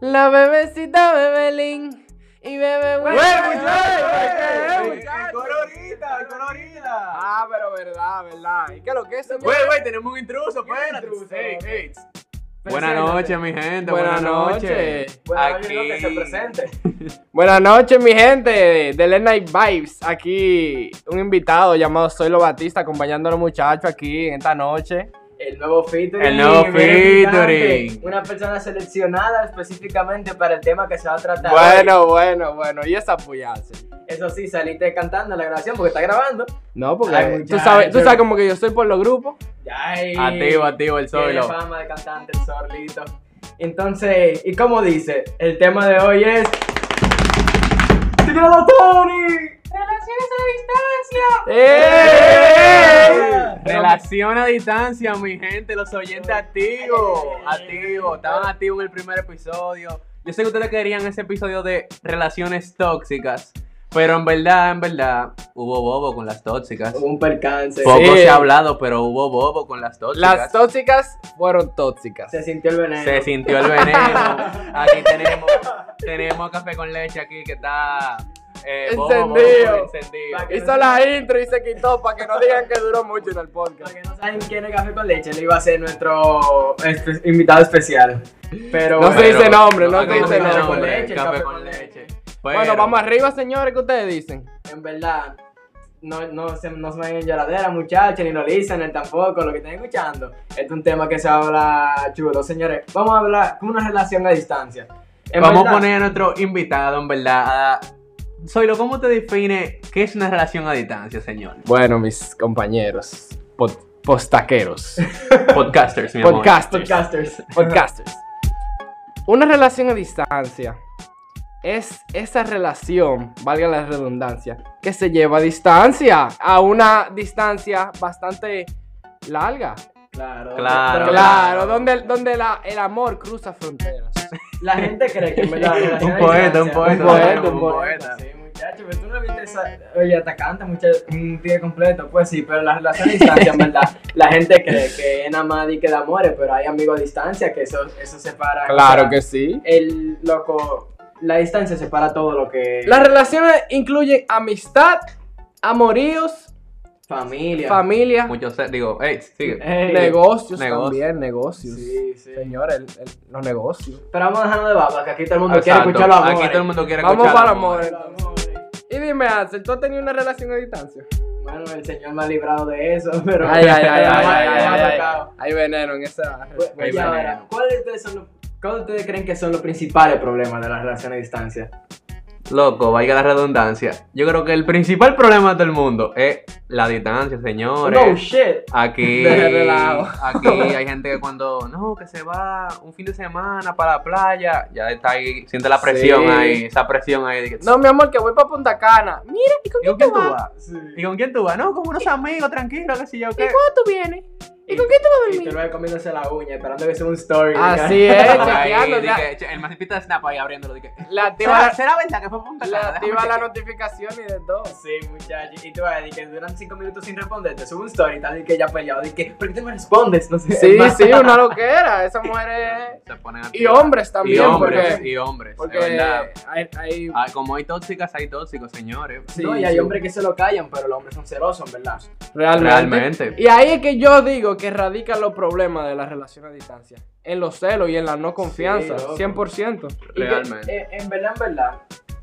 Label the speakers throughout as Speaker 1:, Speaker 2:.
Speaker 1: La bebecita Bebelín y bebé
Speaker 2: ¡Güey,
Speaker 3: eh,
Speaker 2: muchacho!
Speaker 3: ¡Güey,
Speaker 2: ¡El coro ahorita! ¡El coro ahorita!
Speaker 3: Ah, pero verdad, verdad. ¿Y qué lo que es? señor?
Speaker 2: ¡Güey, güey! Tenemos un intruso, pues.
Speaker 3: ¿Quién es intruso?
Speaker 2: Ey, ey.
Speaker 4: Buenas noches, mi gente.
Speaker 3: Buenas
Speaker 4: Buenas noches.
Speaker 3: noches.
Speaker 2: Bueno,
Speaker 4: Aquí.
Speaker 2: yo digo que se presente.
Speaker 3: Buenas noches, mi gente de Late Night Vibes. Aquí un invitado llamado Soylo Batista acompañando a los muchachos aquí en esta noche.
Speaker 2: El nuevo featuring.
Speaker 4: El nuevo
Speaker 2: bien importante.
Speaker 4: featuring.
Speaker 2: Una persona seleccionada específicamente para el tema que se va a tratar.
Speaker 3: Bueno, bueno, bueno. Y es apoyarse.
Speaker 2: hoy. Eso sí, saliste cantando en la grabación porque está grabando.
Speaker 3: No, porque
Speaker 2: Ay,
Speaker 3: tú, sabes, tú
Speaker 2: muchacho.
Speaker 3: sabes como que yo soy por los grupos.
Speaker 2: Ay,
Speaker 4: Activo, activo el
Speaker 2: Tiene
Speaker 4: solo.
Speaker 2: fama de cantante el Zorlito. Entonces, ¿y cómo dice? El tema de hoy es. ¡Tíralo, Tony!
Speaker 1: Relaciones a distancia.
Speaker 3: ¡Eh!
Speaker 4: Relación a distancia, mi gente, los oyentes activos. Activos, estaban activos en el primer episodio. Yo sé que ustedes querían ese episodio de relaciones tóxicas, pero en verdad, en verdad, hubo bobo con las tóxicas.
Speaker 2: Hubo un percance.
Speaker 4: Poco
Speaker 3: Sí.
Speaker 4: se ha hablado, pero hubo bobo con las tóxicas.
Speaker 3: Las tóxicas fueron tóxicas.
Speaker 2: Se sintió el veneno.
Speaker 4: Se sintió el veneno. Aquí tenemos, tenemos café con leche aquí que está eh, bobo, bobo,
Speaker 3: Encendido.
Speaker 4: encendido.
Speaker 2: Pa' que
Speaker 3: Hizo la intro y se quitó para que no digan que duró mucho en el
Speaker 2: Para
Speaker 3: podcast.
Speaker 2: que no saben quién es Café con Leche, le iba a ser nuestro este, invitado especial. Pero
Speaker 3: No se
Speaker 2: bueno,
Speaker 3: dice nombre, no
Speaker 4: aquí
Speaker 3: se dice
Speaker 4: nombre,
Speaker 2: nombre.
Speaker 4: Café con leche. Pero-
Speaker 3: Bueno, vamos arriba, señores, ¿qué ustedes dicen?
Speaker 2: en verdad, no, no, se, no se vayan en lloradera, muchachos, ni lo listener tampoco, lo que estén escuchando. Este es un tema que se habla chulo, señores. Vamos a hablar como una relación a distancia. En
Speaker 4: Vamos
Speaker 2: verdad,
Speaker 4: a poner a nuestro invitado, en verdad. Soylo, ¿cómo te define qué es una relación a distancia, señor?
Speaker 3: Bueno, mis compañeros, pod- postaqueros,
Speaker 4: Podcasters, mi amor.
Speaker 3: podcasters,
Speaker 2: podcasters.
Speaker 3: podcasters. Una relación a distancia es esa relación, valga la redundancia, que se lleva a distancia, a una distancia bastante larga.
Speaker 2: Claro.
Speaker 4: Claro.
Speaker 2: pero
Speaker 3: Claro, donde, donde la- el amor cruza fronteras.
Speaker 2: La gente cree que en verdad. la relación
Speaker 4: Un
Speaker 2: a
Speaker 4: poeta, un
Speaker 2: distancia-
Speaker 4: poeta,
Speaker 3: un poeta,
Speaker 4: un poeta.
Speaker 2: Sí, muchacho, pero tú no viste esa. Oye, atacante, muchacho, un día completo. Pues sí, pero la relación a distancia, en verdad. La gente cree que es nada más di que de amores, pero hay amigos a distancia que eso, eso separa.
Speaker 3: Claro que sí.
Speaker 2: El loco. La distancia separa todo lo que.
Speaker 3: Las relaciones incluyen amistad, amoríos,
Speaker 2: familia.
Speaker 3: familia,
Speaker 4: Muchos, se- digo, hey, sigue.
Speaker 2: Ey,
Speaker 3: negocios
Speaker 4: negocios.
Speaker 3: también, negocios.
Speaker 2: Sí, sí.
Speaker 3: Señores, el- el- los negocios.
Speaker 2: Pero vamos a dejarnos de baba, que aquí todo el mundo
Speaker 4: Exacto.
Speaker 2: quiere escuchar los amores.
Speaker 4: Aquí todo el mundo quiere
Speaker 3: Vamos
Speaker 4: escuchar
Speaker 3: para
Speaker 4: los amores.
Speaker 3: amores. Y dime, Ansel, ¿tú has tenido una relación a distancia?
Speaker 2: Bueno, el señor me ha librado de eso, pero.
Speaker 3: Ay, ay, ay, ay,
Speaker 2: Me ha
Speaker 3: ay,
Speaker 2: tocado, me ha
Speaker 3: ay,
Speaker 2: tocado.
Speaker 3: ay. Hay veneno en esa
Speaker 2: Pues,
Speaker 3: respuesta.
Speaker 2: pues,
Speaker 4: Ahí
Speaker 2: ya
Speaker 4: viene.
Speaker 2: verá. ¿Cuáles de ustedes son los- cuáles de ustedes creen que son los principales problemas de las relaciones a distancia?
Speaker 4: Loco, valga la redundancia. Yo creo que el principal problema del mundo es la distancia, señores.
Speaker 2: No shit.
Speaker 4: Aquí,
Speaker 3: De relajo.
Speaker 4: aquí hay gente que cuando, no, que se va un fin de semana para la playa, ya está ahí, siente la presión
Speaker 3: Sí.
Speaker 4: ahí, esa presión ahí. de que,
Speaker 3: No, mi amor, que voy para Punta Cana. Mira, ¿y con
Speaker 4: ¿Y con
Speaker 3: quién
Speaker 4: quién
Speaker 3: tú
Speaker 4: tú
Speaker 3: vas?
Speaker 4: vas? ¿Y con quién tú vas? No, con unos amigos, tranquilo, qué sé yo,
Speaker 3: ¿Y
Speaker 4: qué.
Speaker 3: cuándo tú vienes? ¿Y con quién tú vas a
Speaker 2: Y tú
Speaker 3: dormir? Ah,
Speaker 2: lo ves comiéndose la uña, esperando que sea un story.
Speaker 3: Así
Speaker 2: ¿no?
Speaker 3: es,
Speaker 4: Ahí,
Speaker 3: chequeando.
Speaker 4: Eh, di
Speaker 3: ya.
Speaker 4: que, che, el masipita de Snap ahí abriéndolo, eh, dije.
Speaker 3: Le activa
Speaker 4: ¿Será,
Speaker 3: la-
Speaker 4: será verdad que fue punta
Speaker 3: le
Speaker 4: Cana?
Speaker 3: activa
Speaker 4: Déjame
Speaker 3: la
Speaker 4: chequear.
Speaker 3: notificación y de todo.
Speaker 2: Sí, muchachos. Y tú vas y que duran cinco minutos sin responderte. Sube un story, tal y que ya peleado. Y que, ¿por qué tú me respondes? No sé.
Speaker 3: Sí, sí, una loquera. Esa mujer
Speaker 4: Se ponen
Speaker 3: es... Y hombres
Speaker 4: Y
Speaker 3: también,
Speaker 4: hombres,
Speaker 3: porque...
Speaker 4: y hombres. es
Speaker 3: Porque
Speaker 4: verdad.
Speaker 3: hay, hay-
Speaker 4: Ah, como hay tóxicas, hay tóxicos, señores.
Speaker 3: sí,
Speaker 2: no, y hay
Speaker 3: sí,
Speaker 2: hombres que se lo callan, pero los hombres son celosos, en verdad.
Speaker 3: realmente.
Speaker 4: Realmente.
Speaker 3: Y ahí es que yo digo que radican los problemas de la relación a distancia. En los celos y en la no confianza,
Speaker 2: Sí, loco.
Speaker 3: 100%.
Speaker 2: Y que,
Speaker 4: Realmente.
Speaker 2: eh, en verdad, en verdad.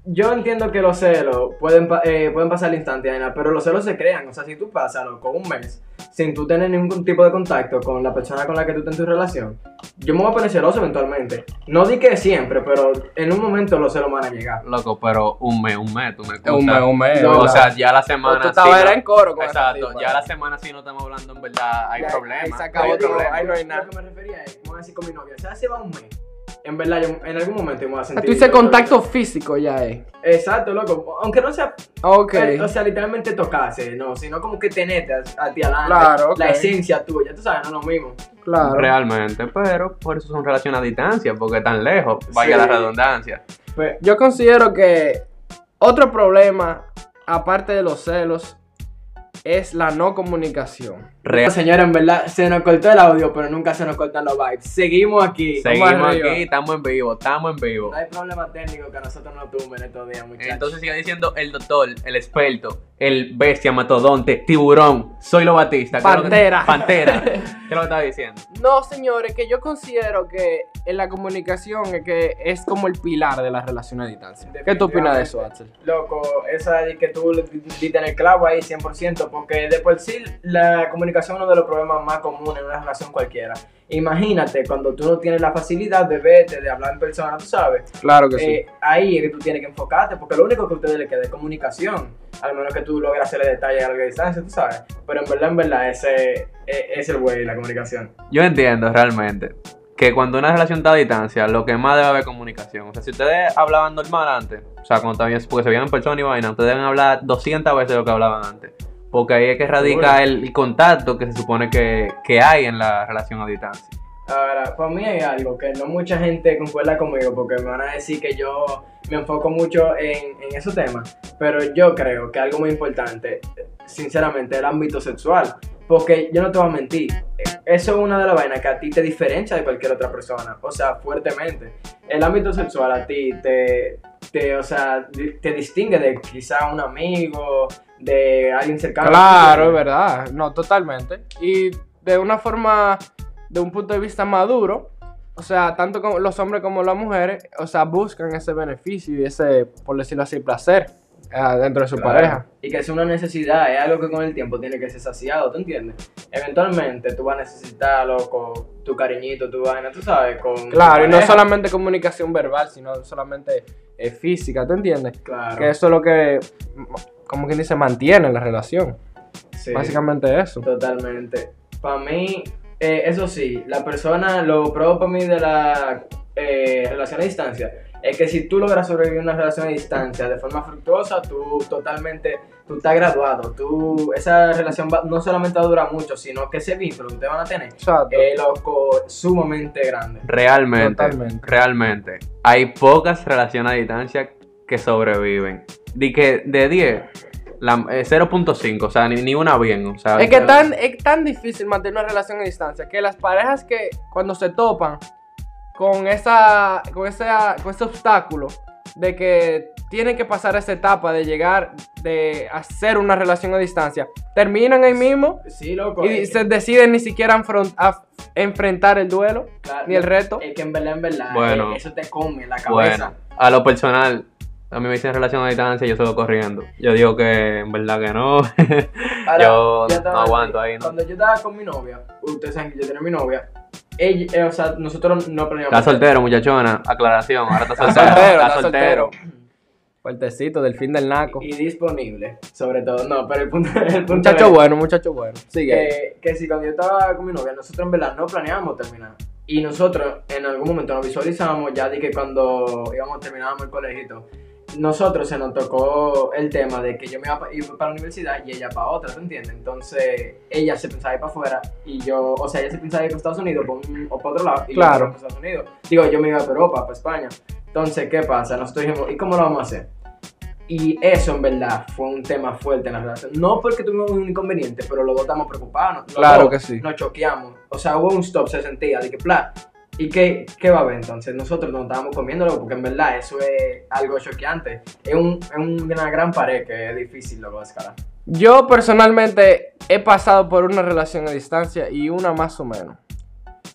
Speaker 2: Yo entiendo que los celos pueden, pa- eh, pueden pasar al instante, Ana, pero los celos se crean. O sea, si tú pasas, loco, un mes sin tú tener ningún tipo de contacto con la persona con la que tú estás en tu relación, yo me voy a poner celoso eventualmente. No di que siempre, pero en un momento los celos van a llegar.
Speaker 4: Loco, pero un mes, un mes, tú me
Speaker 3: Es un
Speaker 4: excusas.
Speaker 3: mes.
Speaker 2: No,
Speaker 4: O sea, ya la semana.
Speaker 3: O tú
Speaker 4: sí,
Speaker 3: estabas
Speaker 4: no-
Speaker 3: era en coro con esa
Speaker 4: Exacto,
Speaker 3: tipa.
Speaker 4: ya la semana sí no estamos hablando, en verdad hay
Speaker 3: Ya,
Speaker 4: problemas.
Speaker 3: ahí se
Speaker 4: hay
Speaker 3: acabó todo,
Speaker 4: problemas.
Speaker 3: ahí no hay nada.
Speaker 2: Lo que me refería es, vamos a decir con mi novia, o sea, se va un mes. En verdad, yo en algún momento yo me voy a
Speaker 3: Ah,
Speaker 2: sentir.
Speaker 3: Tú dices contacto físico ya, eh.
Speaker 2: Exacto, loco. Aunque no sea
Speaker 3: Ok.
Speaker 2: Eh, O sea, literalmente tocarse, no, sino como que tenerte a, a ti adelante.
Speaker 3: Claro, ok.
Speaker 2: La esencia tuya, tú sabes, no es lo mismo.
Speaker 3: Claro.
Speaker 4: Realmente, pero por eso son relaciones a distancia, porque tan lejos, vaya
Speaker 2: Sí.
Speaker 4: la redundancia.
Speaker 2: Pues,
Speaker 3: Yo considero que otro problema, aparte de los celos, es la no comunicación.
Speaker 4: Real.
Speaker 2: Señores, en verdad se nos cortó el audio, pero nunca se nos cortan los vibes. Seguimos aquí.
Speaker 4: Seguimos
Speaker 3: arriba.
Speaker 4: aquí, estamos en vivo, estamos en vivo.
Speaker 2: No hay problema técnico que a nosotros no tumben estos días, muchachos.
Speaker 4: Entonces siga diciendo el doctor, el experto, el bestia, matodonte, tiburón, soy lo batista. ¿qué es lo que-
Speaker 3: Pantera.
Speaker 4: Pantera. ¿Qué es lo que estaba diciendo?
Speaker 3: No, señores, que yo considero que en la comunicación es que es como el pilar de las relaciones a distancia. ¿Qué tú opinas de eso, Axel?
Speaker 2: Loco, esa de que tú le diste en el clavo ahí 100%, porque de por sí la comunicación es uno de los problemas más comunes en una relación cualquiera. Imagínate cuando tú no tienes la facilidad de verte, de hablar en persona, tú sabes.
Speaker 3: Claro que sí.
Speaker 2: Eh, ahí es que tú tienes que enfocarte, porque lo único que a ustedes les queda es comunicación, al menos que tú logres hacerle detalles a larga distancia, tú sabes. Pero en verdad, en verdad, ese eh, es el güey, la comunicación.
Speaker 4: Yo entiendo realmente que cuando una relación está a distancia, lo que más debe haber es comunicación. O sea, si ustedes hablaban normal antes, o sea, cuando también, porque se veían en persona y vaina, ustedes deben hablar 200 veces lo que hablaban antes. Porque ahí es que radica el, el contacto que se supone que, que hay en la relación a distancia.
Speaker 2: Ahora, para mí hay algo que no mucha gente concuerda conmigo porque me van a decir que yo me enfoco mucho en, en esos temas, pero yo creo que algo muy importante, sinceramente, es el ámbito sexual. Porque yo no te voy a mentir, eso es una de las vainas que a ti te diferencia de cualquier otra persona, o sea, fuertemente. El ámbito sexual a ti te, te, o sea, di- te distingue de quizá un amigo, de alguien cercano.
Speaker 3: Claro, es verdad. No, totalmente. Y de una forma, de un punto de vista maduro, o sea, tanto como los hombres como las mujeres, o sea, buscan ese beneficio y ese, por decirlo así, placer eh, dentro de su
Speaker 2: Claro.
Speaker 3: pareja.
Speaker 2: Y que es una necesidad, es algo que con el tiempo tiene que ser saciado, ¿tú entiendes? Eventualmente tú vas a necesitar, loco, tu cariñito, tu vaina, tú sabes, con...
Speaker 3: Claro, y no
Speaker 2: pareja.
Speaker 3: solamente comunicación verbal, sino solamente eh, física, ¿tú entiendes?
Speaker 2: Claro,
Speaker 3: Que eso es lo que, mm, como quien dice, mantiene la relación.
Speaker 2: sí,
Speaker 3: Básicamente eso.
Speaker 2: Totalmente. Para mí, eh, eso sí, la persona, lo pro para mí de la eh, relación a distancia, es que si tú logras sobrevivir una relación a distancia de forma fructuosa, tú totalmente, tú estás graduado, tú, esa relación va- no solamente va a durar mucho, sino que ese vínculo que ustedes van a tener
Speaker 3: Exacto.
Speaker 2: eh, loco, sumamente grande.
Speaker 4: Realmente,
Speaker 3: Totalmente.
Speaker 4: realmente, hay pocas relaciones a distancia que sobreviven. Di que de 10, la- eh, 0.5, o sea, ni, ni una bien. O sea,
Speaker 3: Es que tan, es tan difícil mantener una relación a distancia que las parejas que cuando se topan con esa con esa con ese obstáculo de que tienen que pasar esa etapa de llegar de hacer una relación a distancia, terminan ahí mismo
Speaker 2: Sí, loco.
Speaker 3: y
Speaker 2: eh,
Speaker 3: se deciden ni siquiera enfron- a- enfrentar el duelo
Speaker 2: claro,
Speaker 3: ni el reto.
Speaker 2: Es que en verdad, en verdad,
Speaker 4: Bueno.
Speaker 2: eh, eso te come la cabeza.
Speaker 4: Bueno, a lo personal, a mí me dicen relación a distancia y yo salgo corriendo. Yo digo que en verdad que no.
Speaker 2: Ahora, yo
Speaker 4: yo
Speaker 2: te
Speaker 4: no
Speaker 2: voy a
Speaker 4: aguanto
Speaker 2: decir,
Speaker 4: ahí, ¿no?
Speaker 2: Cuando yo estaba con mi novia, ustedes saben que yo tenía mi novia, ella, eh, o sea, nosotros no planeamos.
Speaker 4: Está soltero, muchachona. Aclaración, ahora está soltero.
Speaker 3: soltero,
Speaker 4: está
Speaker 3: está
Speaker 4: soltero.
Speaker 3: Fuertecito del fin del naco.
Speaker 2: Y disponible, sobre todo. No, pero el punto, el punto
Speaker 3: Muchacho
Speaker 2: es
Speaker 3: bueno, muchacho bueno. Sigue. ahí.
Speaker 2: que, que si cuando yo estaba con mi novia, nosotros en verdad no planeábamos terminar. Y nosotros en algún momento nos visualizábamos ya de que cuando íbamos terminábamos el colegito, nosotros se nos tocó el tema de que yo me iba pa- iba para la universidad y ella para otra, ¿te entiendes? Entonces ella se pensaba ir para afuera y yo, o sea, ella se pensaba ir para Estados Unidos pa' un- o para otro lado y yo
Speaker 3: Claro.
Speaker 2: para Estados Unidos. Digo, yo me iba para Europa, para España. Entonces, ¿qué pasa? Nosotros dijimos, ¿y cómo lo vamos a hacer? Y eso en verdad fue un tema fuerte en la relación. No porque tuvimos un inconveniente, pero los dos estamos preocupados. Los
Speaker 3: Claro
Speaker 2: dos
Speaker 3: que sí.
Speaker 2: Nos choqueamos. O sea, hubo un stop, se sentía, de que plan. ¿Y qué, qué va a haber entonces? Nosotros nos estábamos comiéndolo porque en verdad eso es algo choqueante. Es, un, es una gran pared que es difícil luego escalar.
Speaker 3: Yo personalmente he pasado por una relación a distancia y una más o menos.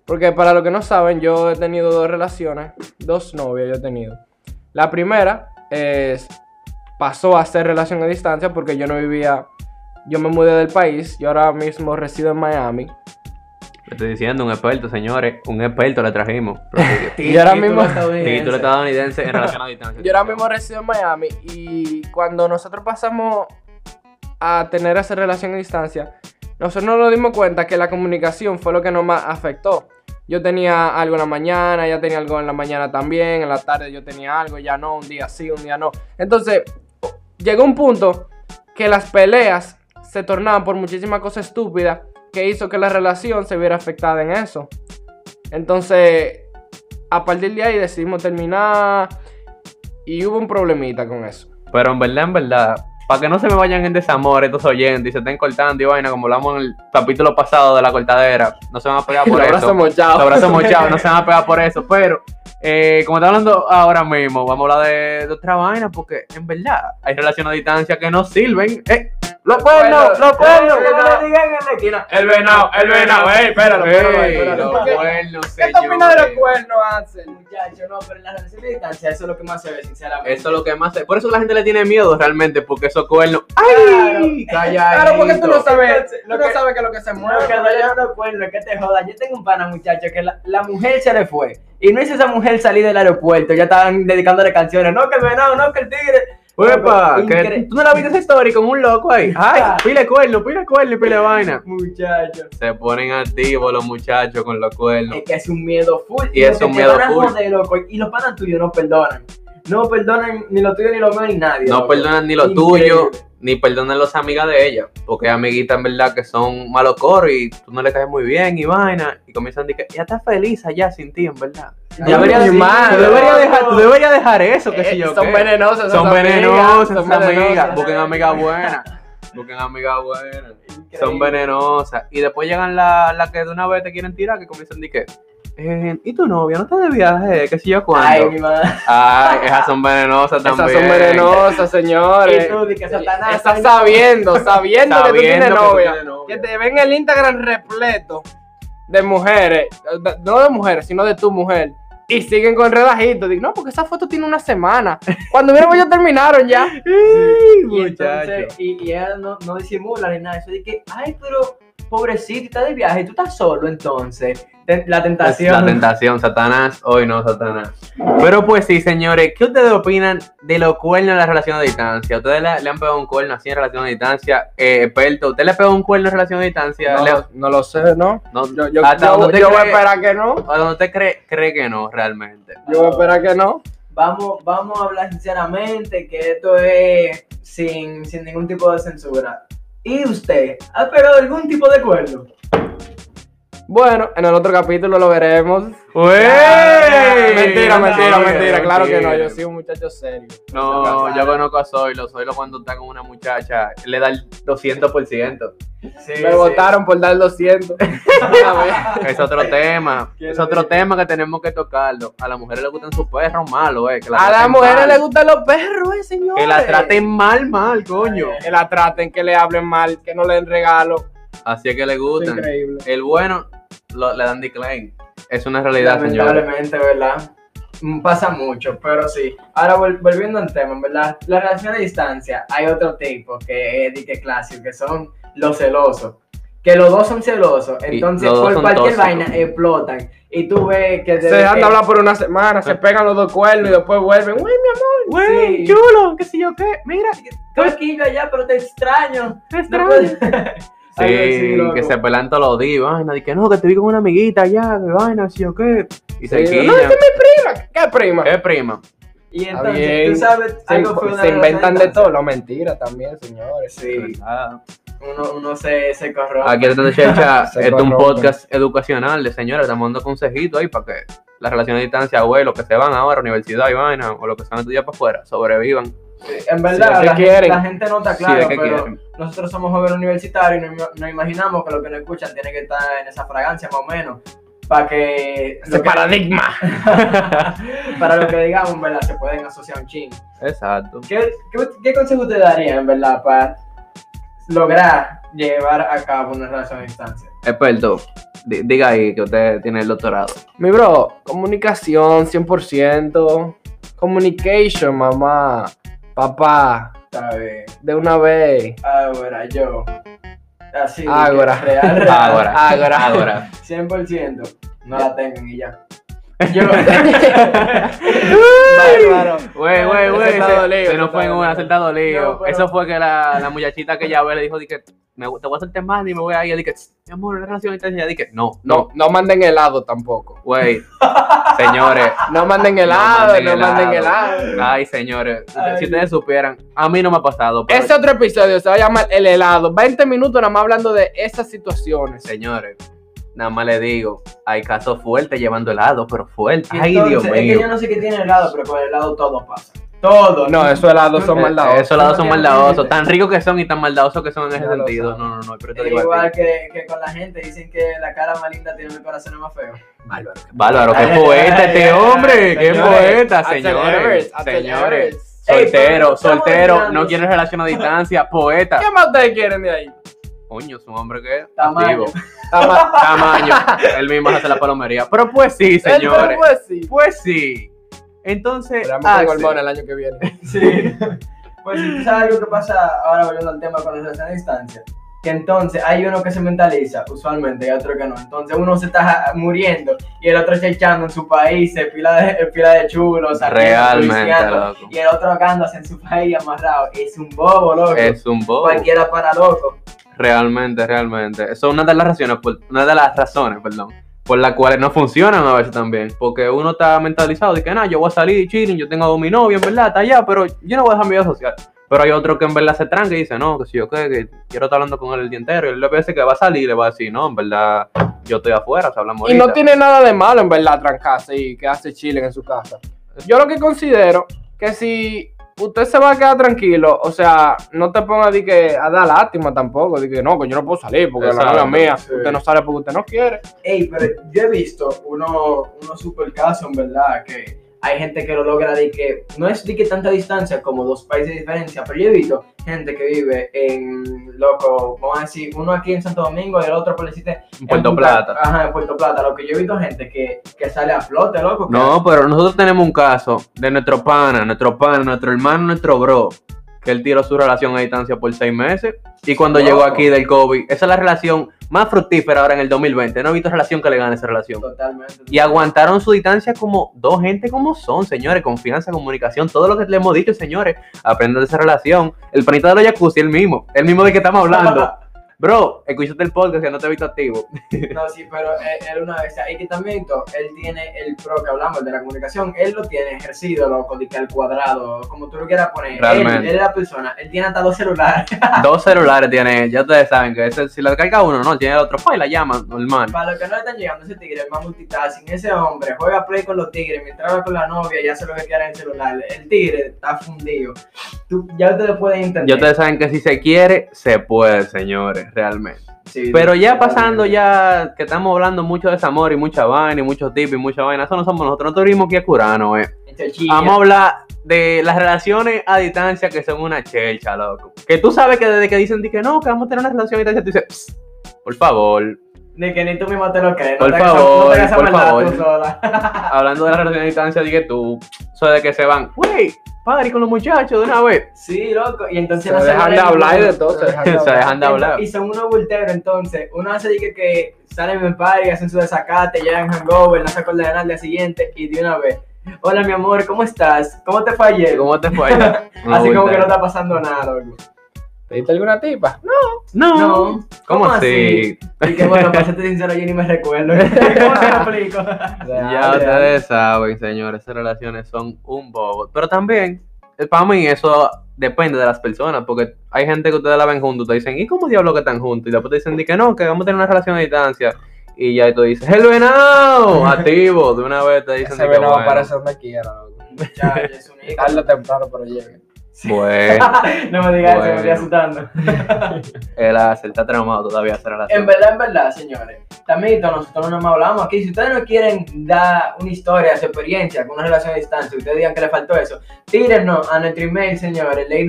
Speaker 3: Porque para los que no saben, yo he tenido dos relaciones, dos novias yo he tenido. La primera es, pasó a ser relación a distancia porque yo no vivía, yo me mudé del país, yo ahora mismo resido en Miami.
Speaker 4: Le Estoy diciendo, un experto, señores. Un experto le trajimos. Prosigui.
Speaker 3: Y ahora mismo-
Speaker 4: Título estadounidense en relación a distancia.
Speaker 3: Yo ahora mismo resido en Miami y cuando nosotros pasamos a tener esa relación a distancia, nosotros nos dimos cuenta que la comunicación fue lo que nos más afectó. Yo tenía algo en la mañana, ella tenía algo en la mañana también, en la tarde yo tenía algo, ya no, un día sí, un día no. Entonces, llegó un punto que las peleas se tornaban por muchísimas cosas estúpidas que hizo que la relación se viera afectada en eso. Entonces, a partir de ahí decidimos terminar y hubo un problemita con eso.
Speaker 4: Pero en verdad, en verdad, para que no se me vayan en desamor estos oyentes y se estén cortando y vaina, como hablamos en el capítulo pasado de la cortadera, no se van a pegar por
Speaker 3: Lo
Speaker 4: eso.
Speaker 3: abrazo mochado.
Speaker 4: Los abrazos mochados, no se van a pegar por eso. Pero, eh, como está hablando ahora mismo, vamos a hablar de, de otra vaina, porque en verdad hay relaciones a distancia que no sirven. ¡Eh! ¡Lo cuerno! ¡Lo cuerno!
Speaker 5: El venado, el venado,
Speaker 3: eh.
Speaker 5: ey, espéralo, espéralo,
Speaker 4: ¡Ey!
Speaker 5: espéralo.
Speaker 4: Lo
Speaker 5: ¿Qué-
Speaker 4: cuerno,
Speaker 5: ¿Qué te opinas de los
Speaker 4: señores.
Speaker 5: cuernos, Ansel? Muchacho, no, pero en las relaciones de distancia, eso es lo que más se ve, sinceramente.
Speaker 4: Eso es lo que más. se- Por eso la gente le tiene miedo realmente, porque esos cuernos. ¡Ay! Calla.
Speaker 5: Claro, porque tú no sabes,
Speaker 2: Entonces,
Speaker 5: tú no
Speaker 2: lo que-
Speaker 5: sabes que es lo que se
Speaker 2: No,
Speaker 5: mueve.
Speaker 2: que duele no lo cuerno, que te joda. Yo tengo un pana, muchacho, que la, la mujer se le fue. Y no hizo esa mujer salir del aeropuerto. Ya estaban dedicándole canciones. No, que el venado, no, que el tigre.
Speaker 4: ¡Uepa! que-
Speaker 2: Incre-
Speaker 4: ¿Tú no la viste esa historia con un loco ahí? ¡Ay!
Speaker 5: Ah.
Speaker 4: ¡Pile cuerno, pile cuerno y pile vaina!
Speaker 2: Muchacho.
Speaker 4: Se ponen activos los muchachos con los cuernos.
Speaker 2: Es que es un miedo full.
Speaker 4: Y
Speaker 2: lo
Speaker 4: es
Speaker 2: que
Speaker 4: un
Speaker 2: te
Speaker 4: miedo
Speaker 2: van a
Speaker 4: full.
Speaker 2: joder, loco, Y los panas tuyos no perdonan. No perdonan ni lo tuyo, ni lo mío, ni nadie.
Speaker 4: No
Speaker 2: loco.
Speaker 4: perdonan ni lo
Speaker 2: Increíble.
Speaker 4: tuyo, ni perdonan los amigas de ella. Porque hay amiguitas en verdad que son malos coros y tú no le caes muy bien y vaina. Y comienzan a decir que ya está feliz allá sin ti, en verdad.
Speaker 5: No,
Speaker 4: Debería,
Speaker 5: mi
Speaker 4: tú
Speaker 5: madre.
Speaker 4: deberías dejar, tú deberías dejar eso, que
Speaker 3: Eh,
Speaker 4: sé yo.
Speaker 3: son
Speaker 4: qué.
Speaker 3: venenosas.
Speaker 4: Son
Speaker 3: esas
Speaker 4: venenosas,
Speaker 3: amigas,
Speaker 4: son amigas. Busquen amigas buenas. Busquen amigas buenas. Son venenosas. Y después llegan las las que de una vez te quieren tirar, que comienzan a decir que. eh, ¿Y tu novia no está de viaje? ¿Qué sé yo cuándo?
Speaker 2: Ay, mi madre.
Speaker 4: Ay, esas son venenosas
Speaker 3: Esas
Speaker 4: también.
Speaker 3: son venenosas,
Speaker 2: Y
Speaker 3: señores.
Speaker 2: tú, de que Satanás.
Speaker 3: Estás sabiendo, sabiendo, que tú tienes
Speaker 4: Sabiendo que tú
Speaker 3: novia.
Speaker 4: tienes novia.
Speaker 3: Que te ven el Instagram repleto de mujeres, de- no de mujeres, sino de tu mujer. Y siguen con relajito. Digo, no, porque esa foto tiene una semana. Cuando vieron ya terminaron ya.
Speaker 2: Y,
Speaker 4: Muchacho.
Speaker 2: entonces, y, y ella no, no disimula ni nada. Eso de que, ay, pero pobrecito, está de viaje, tú estás solo entonces. Te- La
Speaker 4: Es
Speaker 2: tentación.
Speaker 4: La tentación, Satanás, hoy no, Satanás. Pero pues sí, señores, ¿qué ustedes opinan de los cuernos en la relación a distancia? ¿Ustedes le, le han pegado un cuerno así en relación a distancia? Eh, experto, ¿usted le pegó un cuerno en relación a distancia? Leo?
Speaker 3: lo sé, ¿no.
Speaker 4: No,
Speaker 3: Yo, yo-
Speaker 4: hasta
Speaker 3: yo-
Speaker 4: donde usted
Speaker 3: yo voy a
Speaker 4: cree-
Speaker 3: esperar que no.
Speaker 4: hasta donde usted cree, cree que no, realmente.
Speaker 3: Yo voy a esperar que no.
Speaker 2: Vamos, vamos a hablar sinceramente que esto es sin, sin ningún tipo de censura. ¿Y usted ha esperado algún tipo de cuerno?
Speaker 3: Bueno, en el otro capítulo lo veremos.
Speaker 4: ¡Wey!
Speaker 3: mentira, mentira, mentira. Claro que no. Yo
Speaker 4: Mentira.
Speaker 3: soy un muchacho serio.
Speaker 4: No, yo conozco a Zoilo. Zoilo cuando está con una muchacha le da el 200%.
Speaker 2: Sí,
Speaker 3: Me votaron por dar 200. A ver.
Speaker 4: Es otro tema.
Speaker 2: Quiero
Speaker 4: Es otro
Speaker 2: ver.
Speaker 4: tema que tenemos que tocarlo. A las mujeres les gustan sus perros malos, eh. que
Speaker 3: A las
Speaker 4: traten
Speaker 3: mujeres
Speaker 4: mal.
Speaker 3: les gustan los perros, eh, señores.
Speaker 4: Que la traten mal, mal, coño.
Speaker 3: Que la traten, que le hablen mal, que no le den regalo.
Speaker 4: Así es que les
Speaker 3: Es
Speaker 4: gustan.
Speaker 3: increíble.
Speaker 4: El bueno lo- le dan decline. Es una realidad, señores.
Speaker 2: Lamentablemente, ¿verdad? Mm, Pasa mucho, pero sí. Ahora vol- volviendo al tema, ¿verdad? La relación a distancia, hay otro tipo que es de que clásico, que son los celosos. Que los dos son celosos,
Speaker 4: Y
Speaker 2: entonces
Speaker 4: los dos
Speaker 2: por
Speaker 4: son
Speaker 2: cualquier
Speaker 4: tóxicos.
Speaker 2: vaina explotan. Y tú ves que.
Speaker 3: Se
Speaker 2: desde
Speaker 3: dejan
Speaker 2: que-
Speaker 3: de hablar por una semana, se pegan los dos cuernos y después vuelven. Uy, mi
Speaker 2: Güey,
Speaker 4: chulo, qué sé yo qué. Mira,
Speaker 2: Tú aquí, yo allá, pero te extraño.
Speaker 4: qué
Speaker 2: No puedes-
Speaker 4: Sí,
Speaker 2: Algo así, loco.
Speaker 4: que se pelan todos los días, y vaina, de que no, que te vi con una amiguita allá, que vaina, sí o qué. Y se
Speaker 3: Sí,
Speaker 4: quillan.
Speaker 3: no, esa prima, ¿qué prima?
Speaker 4: ¿Qué prima?
Speaker 2: Y
Speaker 3: Está
Speaker 2: entonces,
Speaker 3: bien.
Speaker 2: tú sabes,
Speaker 3: Se,
Speaker 2: algo fue
Speaker 3: se
Speaker 2: una relación a
Speaker 3: inventan de
Speaker 2: distancia.
Speaker 3: todo. No, mentira también, señores.
Speaker 2: Sí,
Speaker 4: Ah,
Speaker 2: uno, uno se, se corrompe.
Speaker 4: Aquí en Checha,
Speaker 3: Se
Speaker 4: este es un
Speaker 3: corrompen.
Speaker 4: podcast educacional de señores, estamos dando consejitos ahí para que las relaciones a distancia, güey, los que se van ahora a universidad y vaina, o los que se van a estudiar para afuera, sobrevivan.
Speaker 2: En verdad,
Speaker 3: Sí,
Speaker 2: la,
Speaker 3: ¿qué
Speaker 2: gente,
Speaker 3: quieren?
Speaker 2: la gente no está
Speaker 4: Sí,
Speaker 2: clara,
Speaker 4: ¿qué
Speaker 2: pero
Speaker 4: quieren?
Speaker 2: nosotros somos jóvenes universitarios y nos, nos imaginamos que lo que nos escuchan tiene que estar en esa fragancia más o menos para que,
Speaker 3: Ese
Speaker 2: lo que-
Speaker 3: paradigma.
Speaker 2: para lo que digamos, ¿verdad? Se pueden asociar un ching.
Speaker 4: Exacto.
Speaker 2: ¿Qué, qué, qué consejo te daría, en verdad, para lograr llevar a cabo una relación a distancia?
Speaker 4: Experto, di- diga ahí que usted tiene el doctorado.
Speaker 3: Mi bro, comunicación 100%. Communication, mamá, papá,
Speaker 2: Está bien.
Speaker 3: de una vez.
Speaker 2: Ahora yo. Así. que
Speaker 3: Ágora.
Speaker 2: Real, real.
Speaker 4: Ahora,
Speaker 3: Ahora.
Speaker 4: ahora.
Speaker 2: 100%. No la tengan y ya. Yo.
Speaker 4: Güey, güey, güey.
Speaker 3: Se está
Speaker 4: Se,
Speaker 3: dolido,
Speaker 4: se
Speaker 3: se
Speaker 4: nos
Speaker 3: está
Speaker 4: fue en una,
Speaker 3: dolido.
Speaker 4: se está dolido.
Speaker 2: No, pero-
Speaker 4: Eso fue que la, la muchachita que ya ve le dijo, dije, me, te voy a hacerte mal y me voy a ir. Dije, mi amor, una relación intensa. Dije, no,
Speaker 3: No,
Speaker 4: no,
Speaker 3: no manden helado tampoco.
Speaker 4: güey. señores.
Speaker 3: No manden helado, no manden helado.
Speaker 4: Ay, señores.
Speaker 2: Ay.
Speaker 4: Si ustedes supieran, a mí no me ha pasado. Pero,
Speaker 3: Este otro episodio se va a llamar El helado. 20 minutos nada más hablando de esas situaciones.
Speaker 4: Señores, nada más le digo, hay casos fuertes llevando helado, pero fuerte.
Speaker 2: Y
Speaker 4: Ay,
Speaker 2: entonces,
Speaker 4: Dios
Speaker 2: Es que yo
Speaker 4: mío.
Speaker 2: no sé qué tiene el lado, pero con el lado todo pasa. Todo.
Speaker 3: No, esos helados son
Speaker 2: Eh,
Speaker 3: maldadosos.
Speaker 4: Esos lados son
Speaker 2: no tiene
Speaker 4: maldadosos.
Speaker 2: límite.
Speaker 4: Tan ricos que son y tan maldadosos que son en ese
Speaker 2: Ya lo
Speaker 4: sentido.
Speaker 2: saben.
Speaker 4: No, no, no. Pero te
Speaker 2: Es
Speaker 4: digo a
Speaker 2: igual
Speaker 4: ti.
Speaker 2: que, que con la gente dicen que la cara más linda tiene el corazón más feo.
Speaker 4: Bárbaro, qué
Speaker 2: Ay,
Speaker 4: poeta
Speaker 2: ay,
Speaker 4: este
Speaker 2: ay,
Speaker 4: hombre. Qué
Speaker 2: señores,
Speaker 4: poeta,
Speaker 3: Axel
Speaker 4: señores.
Speaker 3: Everest, Axel
Speaker 4: Señores.
Speaker 3: Everest.
Speaker 2: Ey,
Speaker 4: Soltero,
Speaker 2: pero estamos
Speaker 4: soltero. No
Speaker 2: hablando-
Speaker 4: quiere relación a distancia. Poeta.
Speaker 3: ¿Qué más ustedes quieren de ahí?
Speaker 4: Coño, es un hombre que
Speaker 2: Tamaño.
Speaker 4: activo. Tama- tamaño. Él mismo hace la palomería. Pero pues sí,
Speaker 3: El
Speaker 4: señores.
Speaker 3: verbo es sí.
Speaker 4: Pues sí. Entonces,
Speaker 3: Esperamos con
Speaker 4: Axel,
Speaker 3: Gorbón el año que viene.
Speaker 2: Sí. Pues si tú sabes lo que pasa ahora volviendo al tema con la relación a distancia, que entonces hay uno que se mentaliza usualmente y otro que no. Entonces uno se está ja- muriendo y el otro está echando en su país, se pila de, eh, pila de chulos, saliendo,
Speaker 4: Realmente,
Speaker 2: turisteando,
Speaker 4: loco.
Speaker 2: Y el otro andándose en su país amarrado. Es un bobo, loco.
Speaker 4: es un bobo.
Speaker 2: Cualquiera para loco.
Speaker 4: Realmente, realmente. Eso es una de las razones, por, una de las razones, perdón, por las cuales no funcionan a veces también. Porque uno está mentalizado de que nada, yo voy a salir chilling, yo tengo a mi novia, en verdad, está allá, pero yo no voy a dejar mi vida social. Pero hay otro que en verdad se tranca y dice, no, que si yo qué, que quiero estar hablando con él el día entero. Y él le parece que va a salir y le va a decir, no, en verdad, yo estoy afuera, o sea, hablamos
Speaker 3: Y no
Speaker 4: ahorita".
Speaker 3: tiene nada de malo, en verdad, trancarse y quedarse chilling en su casa. Yo lo que considero que si usted se va a quedar tranquilo, o sea, no te ponga de que a dar lástima tampoco, de que no, que yo no puedo salir porque la novia
Speaker 4: Exacto,
Speaker 3: es mía,
Speaker 2: sí.
Speaker 3: usted no sale porque usted no quiere.
Speaker 2: Ey, pero yo he visto uno, uno super caso, en verdad, que hay gente que lo logra de que no es de que tanta distancia como dos países de diferencia, pero yo he visto gente que vive en, loco, vamos a decir, uno aquí en Santo Domingo y el otro por decirte, en
Speaker 4: En Puerto
Speaker 2: Punta-
Speaker 4: Plata.
Speaker 2: Ajá, en Puerto Plata. Lo que yo he visto gente que, que sale a flote, loco. que-
Speaker 4: No, pero nosotros tenemos un caso de nuestro pana, nuestro pana, nuestro hermano, nuestro bro, que él tiró su relación a distancia por seis meses y cuando
Speaker 2: Wow.
Speaker 4: llegó aquí del COVID, esa es la relación más fructífera ahora en el 2020. No he visto relación que le gane esa relación.
Speaker 2: Totalmente.
Speaker 4: Y aguantaron su distancia como dos gente como son, señores. Confianza, comunicación, todo lo que le hemos dicho, señores. Aprendan de esa relación. El panita de los jacuzzi, el mismo, el mismo de que estamos hablando. Bro, escúchate el podcast que no te he visto activo.
Speaker 2: No, sí, pero él, él una vez, y que también to- él tiene el pro que hablamos, el de la comunicación, él lo tiene ejercido, loco, de que al cuadrado, como tú lo quieras poner. Él,
Speaker 4: Realmente.
Speaker 2: él es la persona, él tiene hasta dos celulares.
Speaker 4: Dos celulares tiene, ya ustedes saben que ese, si lo carga uno, no, tiene el otro, pa, y la llama, normal.
Speaker 2: Para los que no le están llegando ese tigre, el más multitasking, ese hombre juega play con los tigres, mientras habla con la novia, ya se lo que quiera en el celular. El tigre está fundido. Tú, ya ustedes pueden entender.
Speaker 4: Ya ustedes saben que si se quiere, se puede, señores, realmente.
Speaker 2: Sí,
Speaker 4: Pero ya
Speaker 2: totalmente.
Speaker 4: pasando, ya que estamos hablando mucho de desamor y mucha vaina y muchos tips y mucha vaina, eso no somos nosotros, nosotros vimos que curano, eh.
Speaker 2: Este chilla.
Speaker 4: Vamos a hablar de las relaciones a distancia que son una chelcha, loco. Que tú sabes que desde que dicen di que no, que vamos a tener una relación a distancia, tú dices, "Psst, por favor,
Speaker 2: De que ni tú mismo te lo crees.
Speaker 4: Por
Speaker 2: no te hagas-
Speaker 4: favor,
Speaker 2: no te hagas
Speaker 4: por
Speaker 2: maldad
Speaker 4: favor.
Speaker 2: tú sola.
Speaker 4: hablando de las relaciones a distancia, di que tú, eso de que se van, wey, party con los muchachos de una vez.
Speaker 2: Sí, loco. Y entonces
Speaker 3: Se
Speaker 2: no
Speaker 3: dejan
Speaker 2: vale
Speaker 3: de hablar y de
Speaker 2: ninguno.
Speaker 3: todo, se dejan de
Speaker 4: Se
Speaker 3: hablar.
Speaker 4: dejan de hablar.
Speaker 2: Y son unos bulteros, entonces. Uno hace de que, que salen en party, hacen su desacate, llegan hangover, no se acuerdan al día siguiente y de una vez. Hola, mi amor, ¿cómo estás? ¿Cómo te fue ayer?
Speaker 4: ¿Cómo te fue?
Speaker 2: Así como que no está pasando nada, loco.
Speaker 3: ¿Te diste alguna tipa?
Speaker 4: No.
Speaker 2: No.
Speaker 4: ¿Cómo, así?
Speaker 2: Y que bueno, para serte sincero, yo ni me recuerdo. ¿Cómo te lo explico?
Speaker 4: Ya ustedes saben, señores, esas relaciones son un bobo. Pero también, eh, para mí eso depende de las personas, porque hay gente que ustedes la ven juntos, te dicen, ¿y cómo diablos que están juntos? Y después te dicen, di que no, que vamos a tener una relación a distancia. Y ya tú dices, hello venado, activo, de una vez te dicen,
Speaker 3: Ese
Speaker 4: di que
Speaker 3: venado
Speaker 4: bueno.
Speaker 3: aparece donde quiera, loco.
Speaker 2: Muchacho, es un hijo.
Speaker 3: Tarde o temprano, pero llega.
Speaker 4: Bueno,
Speaker 2: No me digas eso, me
Speaker 4: Bueno.
Speaker 2: estoy asustando.
Speaker 4: él hace- él está traumado todavía esa relación.
Speaker 2: En verdad, en verdad, señores. También nosotros no más hablamos aquí. Si ustedes no quieren dar una historia, su experiencia con una relación a distancia, ustedes digan que les faltó eso, tírennos a nuestro email, señores, late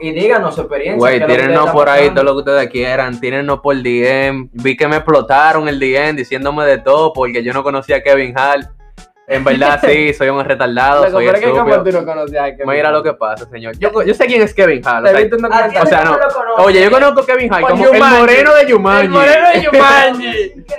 Speaker 2: y díganos su experiencia. qué
Speaker 4: Güey,
Speaker 2: es lo que
Speaker 4: tírennos
Speaker 2: ustedes
Speaker 4: por ahí
Speaker 2: están
Speaker 4: todo lo que ustedes quieran, tírennos por DM. Vi que me explotaron el DM diciéndome de todo porque yo no conocía a Kevin Hart. En verdad, sí, soy un retardado,
Speaker 3: Loco,
Speaker 4: soy
Speaker 3: pero es que como tú
Speaker 4: estúpido.
Speaker 3: no conocías a Kevin
Speaker 4: Mira lo que pasa, señor. Yo, yo sé quién es Kevin Hart. o
Speaker 3: Te
Speaker 4: sea,
Speaker 3: viste un
Speaker 2: pasando.
Speaker 3: documental.
Speaker 2: ¿A quién
Speaker 4: o sea, no.
Speaker 2: lo conoce?
Speaker 4: oye, yo conozco a Kevin Hart
Speaker 3: Por
Speaker 4: como
Speaker 3: Jumanji.
Speaker 4: el moreno de Yumanji.
Speaker 3: El moreno de Yumanji.
Speaker 2: Increíble.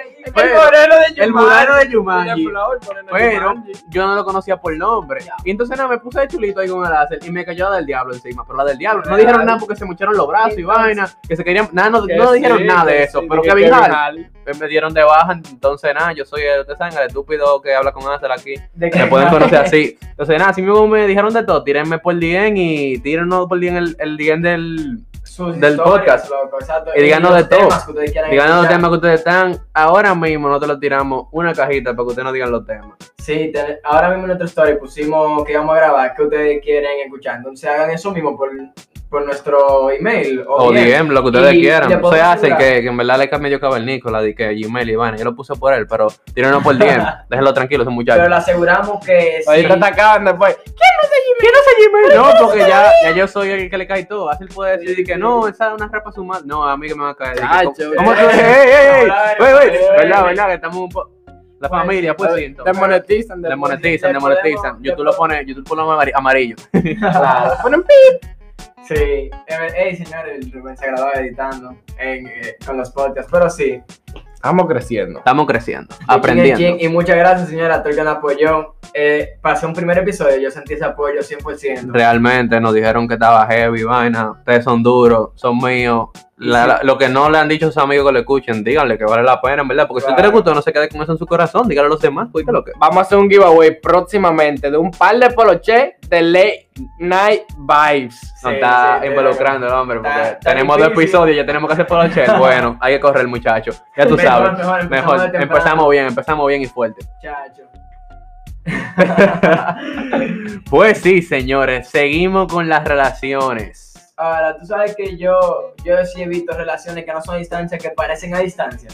Speaker 3: El moreno de Yumanji.
Speaker 4: El moreno de
Speaker 3: Tiene
Speaker 4: Yumanji.
Speaker 3: flow, el moreno de
Speaker 4: Pero
Speaker 3: Yumanji.
Speaker 4: yo no lo conocía por nombre. Y entonces nada, me puse de chulito ahí con el láser y me cayó la del diablo encima. Pero la del diablo, no
Speaker 3: Real.
Speaker 4: dijeron nada porque se mucharon los brazos y vaina, que se querían. Nada, no, no dijeron nada de eso. pero
Speaker 3: que
Speaker 4: Kevin Hart me- me dieron de baja, entonces nada, yo soy el, ustedes saben, el estúpido que habla con Ansel aquí.
Speaker 2: De que-
Speaker 4: Me pueden conocer así. Entonces nada, así mismo me dijeron de todo, tírenme por DM y tírenos por DM el, el DM del
Speaker 2: sus
Speaker 4: Del
Speaker 2: historias,
Speaker 4: podcast.
Speaker 2: loco, exacto,
Speaker 4: Y díganos
Speaker 2: los
Speaker 4: de todo.
Speaker 2: temas que ustedes quieran
Speaker 4: Díganos los
Speaker 2: escuchar.
Speaker 4: temas que ustedes están. Ahora mismo nosotros les tiramos una cajita para que ustedes nos digan los temas.
Speaker 2: Sí, te- ahora mismo en nuestra historia pusimos que vamos a grabar, que ustedes quieren escuchar. Entonces hagan eso mismo por, por nuestro email.
Speaker 4: O
Speaker 2: bien.
Speaker 4: DM, lo que ustedes
Speaker 2: Y
Speaker 4: quieran.
Speaker 2: le
Speaker 4: Eso
Speaker 2: podemos
Speaker 4: hace
Speaker 2: ayudar.
Speaker 4: que, que en verdad le cambié yo cavernícola de que Gmail y Iván. Yo lo puse por él, pero tírenlo por DM. Déjenlo tranquilo,
Speaker 2: Pero
Speaker 4: esos muchachos.
Speaker 2: le aseguramos que
Speaker 3: Ahí
Speaker 2: sí.
Speaker 3: te atacaban después.
Speaker 4: No, porque ya, ya yo soy el que le cae todo. Así él puede decir que no, esa es una rapa sumada. No, a mí que me va a caer. Dije,
Speaker 3: Chacho,
Speaker 4: ¿cómo- ¿Cómo tú
Speaker 2: eh,
Speaker 4: dices? ¡Ey, ey, ey! ¡Ey, ey! ¿Verdad, verdad? Que estamos un poco. La
Speaker 2: Pues,
Speaker 4: familia, pues sí.
Speaker 3: Te
Speaker 4: entonces.
Speaker 3: monetizan.
Speaker 4: Le monetizan,
Speaker 2: le
Speaker 4: le monetizan.
Speaker 2: podemos-
Speaker 4: YouTube
Speaker 2: le
Speaker 4: lo pone, YouTube pone amar- amarillo.
Speaker 3: Claro. Ponen
Speaker 2: Sí. Eh, Ey, señores, Rubén se graduó editando en, eh, con los podcasts. Pero sí.
Speaker 3: Estamos creciendo.
Speaker 4: Estamos creciendo,
Speaker 2: Chin, chin,
Speaker 4: aprendiendo.
Speaker 2: Y muchas gracias, señora, a todo el que nos apoyó. Eh, pasé un primer episodio, yo sentí ese apoyo 100%.
Speaker 4: Realmente nos dijeron que estaba heavy, vaina. Ustedes son duros, son míos. La- la- lo que no le han dicho a sus amigos que lo escuchen, díganle que vale la pena, en verdad. Porque si usted
Speaker 2: Claro.
Speaker 4: le gustó, no se quede con eso en su corazón. Díganle a los demás, pues, ¿qué es lo que.
Speaker 3: Vamos a hacer un giveaway próximamente de un par de poloches de late night vibes.
Speaker 4: No
Speaker 2: Sí,
Speaker 4: está
Speaker 2: sí, de
Speaker 4: involucrando el hombre, porque
Speaker 2: Está- está
Speaker 4: tenemos dos
Speaker 2: difícil.
Speaker 4: episodios, ya tenemos que hacer por Bueno, hay que correr, muchacho. Ya tú
Speaker 2: Mejor,
Speaker 4: sabes.
Speaker 2: mejor, empezamos
Speaker 4: Mejor,
Speaker 2: de temprano.
Speaker 4: empezamos bien, empezamos bien y fuerte.
Speaker 2: Chacho.
Speaker 4: Pues sí, señores, seguimos con las relaciones.
Speaker 2: Ahora, tú sabes que yo, yo sí he visto relaciones que no son a distancia, que parecen a distancia.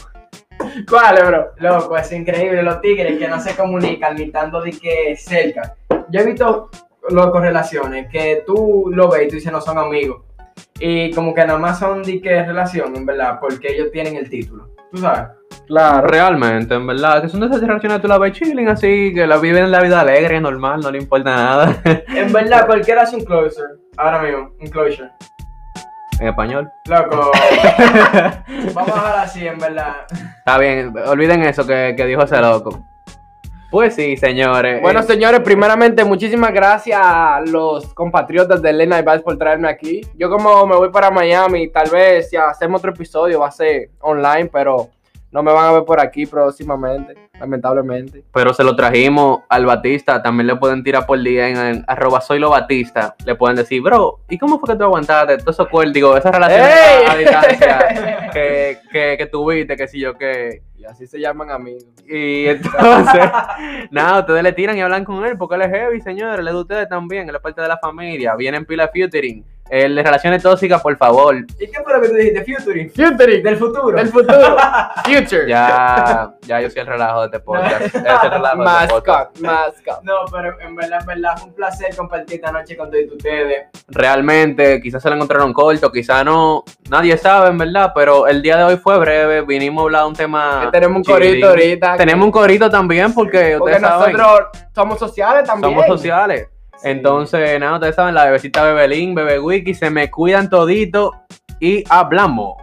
Speaker 3: ¿Cuál, bro?
Speaker 2: Loco, es increíble. Los tigres que no se comunican ni tanto de que cerca. Yo he visto loco relaciones que tú lo ves y tú dices no son amigos. Y como que nada más son de que relación, en verdad, porque ellos tienen el título. Tú sabes.
Speaker 3: Claro.
Speaker 4: Realmente, en verdad, que son de esas relaciones que tú la ves chilling así, que la viven la vida alegre, normal, no le importa nada.
Speaker 2: En verdad, cualquiera hace un closer. Ahora mismo, un closure.
Speaker 4: en español.
Speaker 2: Loco. Vamos a dejar así, en verdad.
Speaker 4: Está bien, olviden eso que, que dijo ese loco. Pues sí, señores.
Speaker 3: Bueno,
Speaker 4: eh,
Speaker 3: señores, primeramente, muchísimas gracias a los compatriotas de Lena y Vibes por traerme aquí. Yo, como me voy para Miami, tal vez si hacemos otro episodio va a ser online, pero no me van a ver por aquí próximamente, lamentablemente.
Speaker 4: pero se lo trajimos al Batista. También le pueden tirar por día en, en arroba soy lo Batista. Le pueden decir, bro, ¿y cómo fue que tú aguantaste todo eso cuerdos? Digo, esas relaciones
Speaker 3: ¡Ey!
Speaker 4: a, a distancia que, que, que tuviste, que si yo que.
Speaker 3: Y así se llaman amigos.
Speaker 4: Y entonces, nada, ustedes le tiran y hablan con él porque él es heavy, señores. Él es de ustedes también, él es parte de la familia. Vienen pila featuring. El de relaciones tóxicas, por favor.
Speaker 2: ¿Y qué fue lo que tú dijiste? Futuring.
Speaker 3: Futuring,
Speaker 2: Del futuro.
Speaker 3: del futuro. Future.
Speaker 4: Ya, ya yo soy el relajo de este podcast. Ese es el relajo de este podcast.
Speaker 3: Mascot, mascot.
Speaker 2: No, pero en verdad, en verdad, fue un placer compartir esta noche con todos ustedes.
Speaker 4: Realmente, quizás se lo encontraron corto, quizás no. Nadie sabe, en verdad, pero el día de hoy fue breve. Vinimos a hablar de un tema.
Speaker 3: Que tenemos un
Speaker 4: chilling.
Speaker 3: corito ahorita.
Speaker 4: Tenemos un corito también
Speaker 3: porque
Speaker 4: porque, ustedes saben,
Speaker 3: nosotros somos sociales también.
Speaker 4: somos sociales. Entonces, nada, ustedes saben, la bebecita Bebelín, Bebé Wiki, se me cuidan todito y hablamos.